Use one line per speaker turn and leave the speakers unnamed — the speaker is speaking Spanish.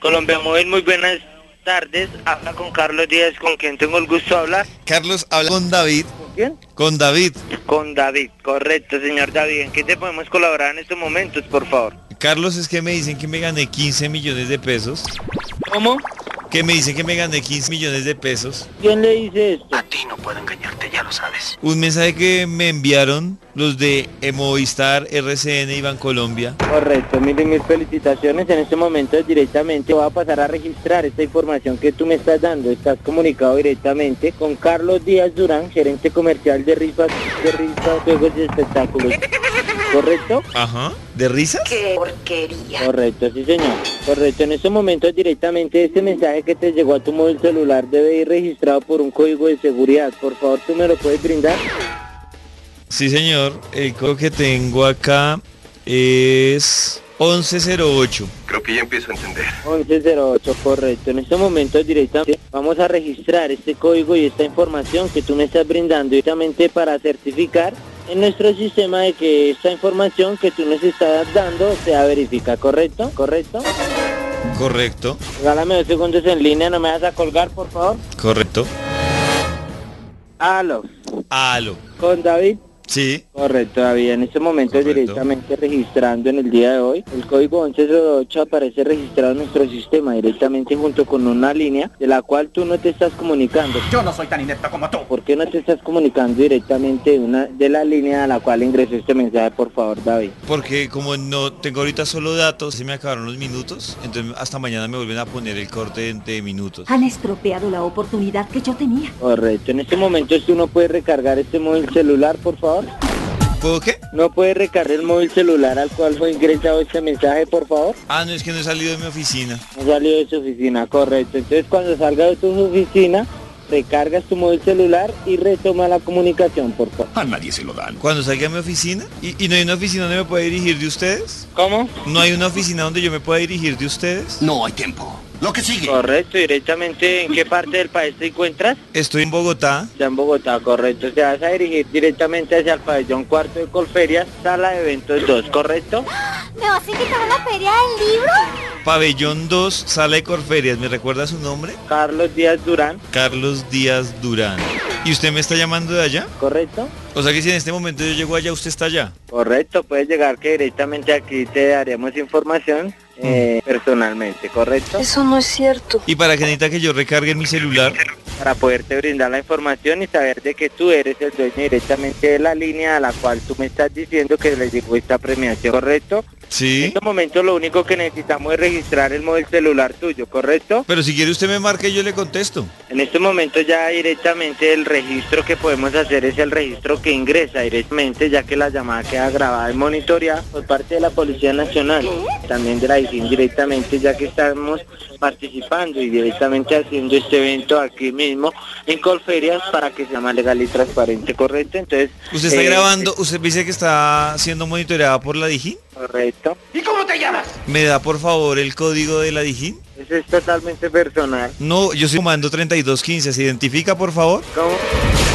Colombia Móvil, muy buenas tardes. Habla con Carlos Díaz, con quien tengo el gusto de hablar.
Carlos, habla con David.
¿Con quién?
Con David.
Con David, correcto, señor David. ¿En qué te podemos colaborar en estos momentos, por favor?
Carlos, es que me dicen que me gané 15 millones de pesos.
¿Cómo?
Que me dicen que me gané 15 millones de pesos.
¿Quién le dice esto?
A ti no puedo engañarte, ya lo sabes.
Un mensaje que me enviaron los de eh, Movistar, RCN y Bancolombia.
Correcto, miren mis felicitaciones. En este momento directamente voy a pasar a registrar esta información que tú me estás dando. Estás comunicado directamente con Carlos Díaz Durán, gerente comercial de Rifas, de Rifas Juegos y Espectáculos. ¿Correcto?
Ajá. ¿De risas?
¡Qué porquería!
Correcto, sí señor. Correcto, en estos momentos directamente este mensaje que te llegó a tu móvil celular debe ir registrado por un código de seguridad. Por favor, tú me lo puedes brindar.
Sí, señor. El código que tengo acá es 1108.
Creo que ya empiezo a entender.
1108, correcto. En estos momentos directamente vamos a registrar este código y esta información que tú me estás brindando directamente para certificar en nuestro sistema de que esta información que tú nos estás dando sea verifica, ¿correcto? ¿Correcto?
Correcto,
Regálame dos segundos en línea, no me vas a colgar, por favor.
correcto.
Aló,
Aló.
con David.
Sí.
Correcto, David. En este momento
Correcto.
directamente registrando en el día de hoy, el código 1108 aparece registrado en nuestro sistema directamente junto con una línea de la cual tú no te estás comunicando.
Yo no soy tan inepto como tú.
¿Por qué no te estás comunicando directamente de, una, de la línea a la cual ingresó este mensaje, por favor, David?
Porque como no tengo ahorita solo datos, se me acabaron los minutos, entonces hasta mañana me vuelven a poner el corte de, de minutos.
Han estropeado la oportunidad que yo tenía.
Correcto. En este momento tú no puedes recargar este móvil celular, por favor.
¿Puedo qué?
No puedes recargar el móvil celular al cual fue ingresado este mensaje, por favor.
Ah, no, es que no he salido de mi oficina.
No salió de su oficina, correcto. Entonces cuando salga de tu oficina, recargas tu móvil celular y retoma la comunicación, por favor.
A nadie se lo dan.
Cuando salga de mi oficina, y, y no hay una oficina donde me pueda dirigir de ustedes,
¿Cómo?
no hay una oficina donde yo me pueda dirigir de ustedes.
No hay tiempo. Lo que sigue.
Correcto, directamente en qué parte del país te encuentras?
Estoy en Bogotá,
Ya en Bogotá, correcto. Te vas a dirigir directamente hacia el pabellón cuarto de Colferia, sala de eventos 2, ¿correcto?
¿Me vas a invitar a una feria del libro?
pabellón 2, sala de Corferias. ¿Me recuerda su nombre?
Carlos Díaz Durán,
Carlos Díaz Durán. ¿Y usted me está llamando de allá?
¿correcto?
O sea que si en este momento yo llego allá, usted está allá.
Correcto, puedes llegar que directamente aquí te daremos información eh, personalmente, ¿correcto?
Eso no es cierto.
¿Y para qué necesita que yo recargue mi celular?
Para poderte brindar la información y saber de que tú eres el dueño directamente de la línea a la cual tú me estás diciendo que le llegó esta premiación, ¿correcto? En
Sí.
este momento lo único que necesitamos es registrar el móvil celular tuyo, ¿correcto?
Pero si quiere usted me marca y yo le contesto.
En este momento ya directamente el registro que podemos hacer es el registro que ingresa directamente, ya que la llamada queda grabada y monitoreada por parte de la Policía Nacional, también de la ICIN directamente, ya que estamos participando y directamente haciendo este evento aquí mismo en Colferias para que sea más legal y transparente, ¿correcto? Entonces...
Usted está
eh,
grabando, usted me dice que está siendo monitoreada por la Dijín.
Correcto.
¿Y cómo te llamas?
¿Me da por favor el código de la Dijín?
Eso es totalmente personal.
No, yo soy comando 3215, ¿se identifica por favor?
¿Cómo?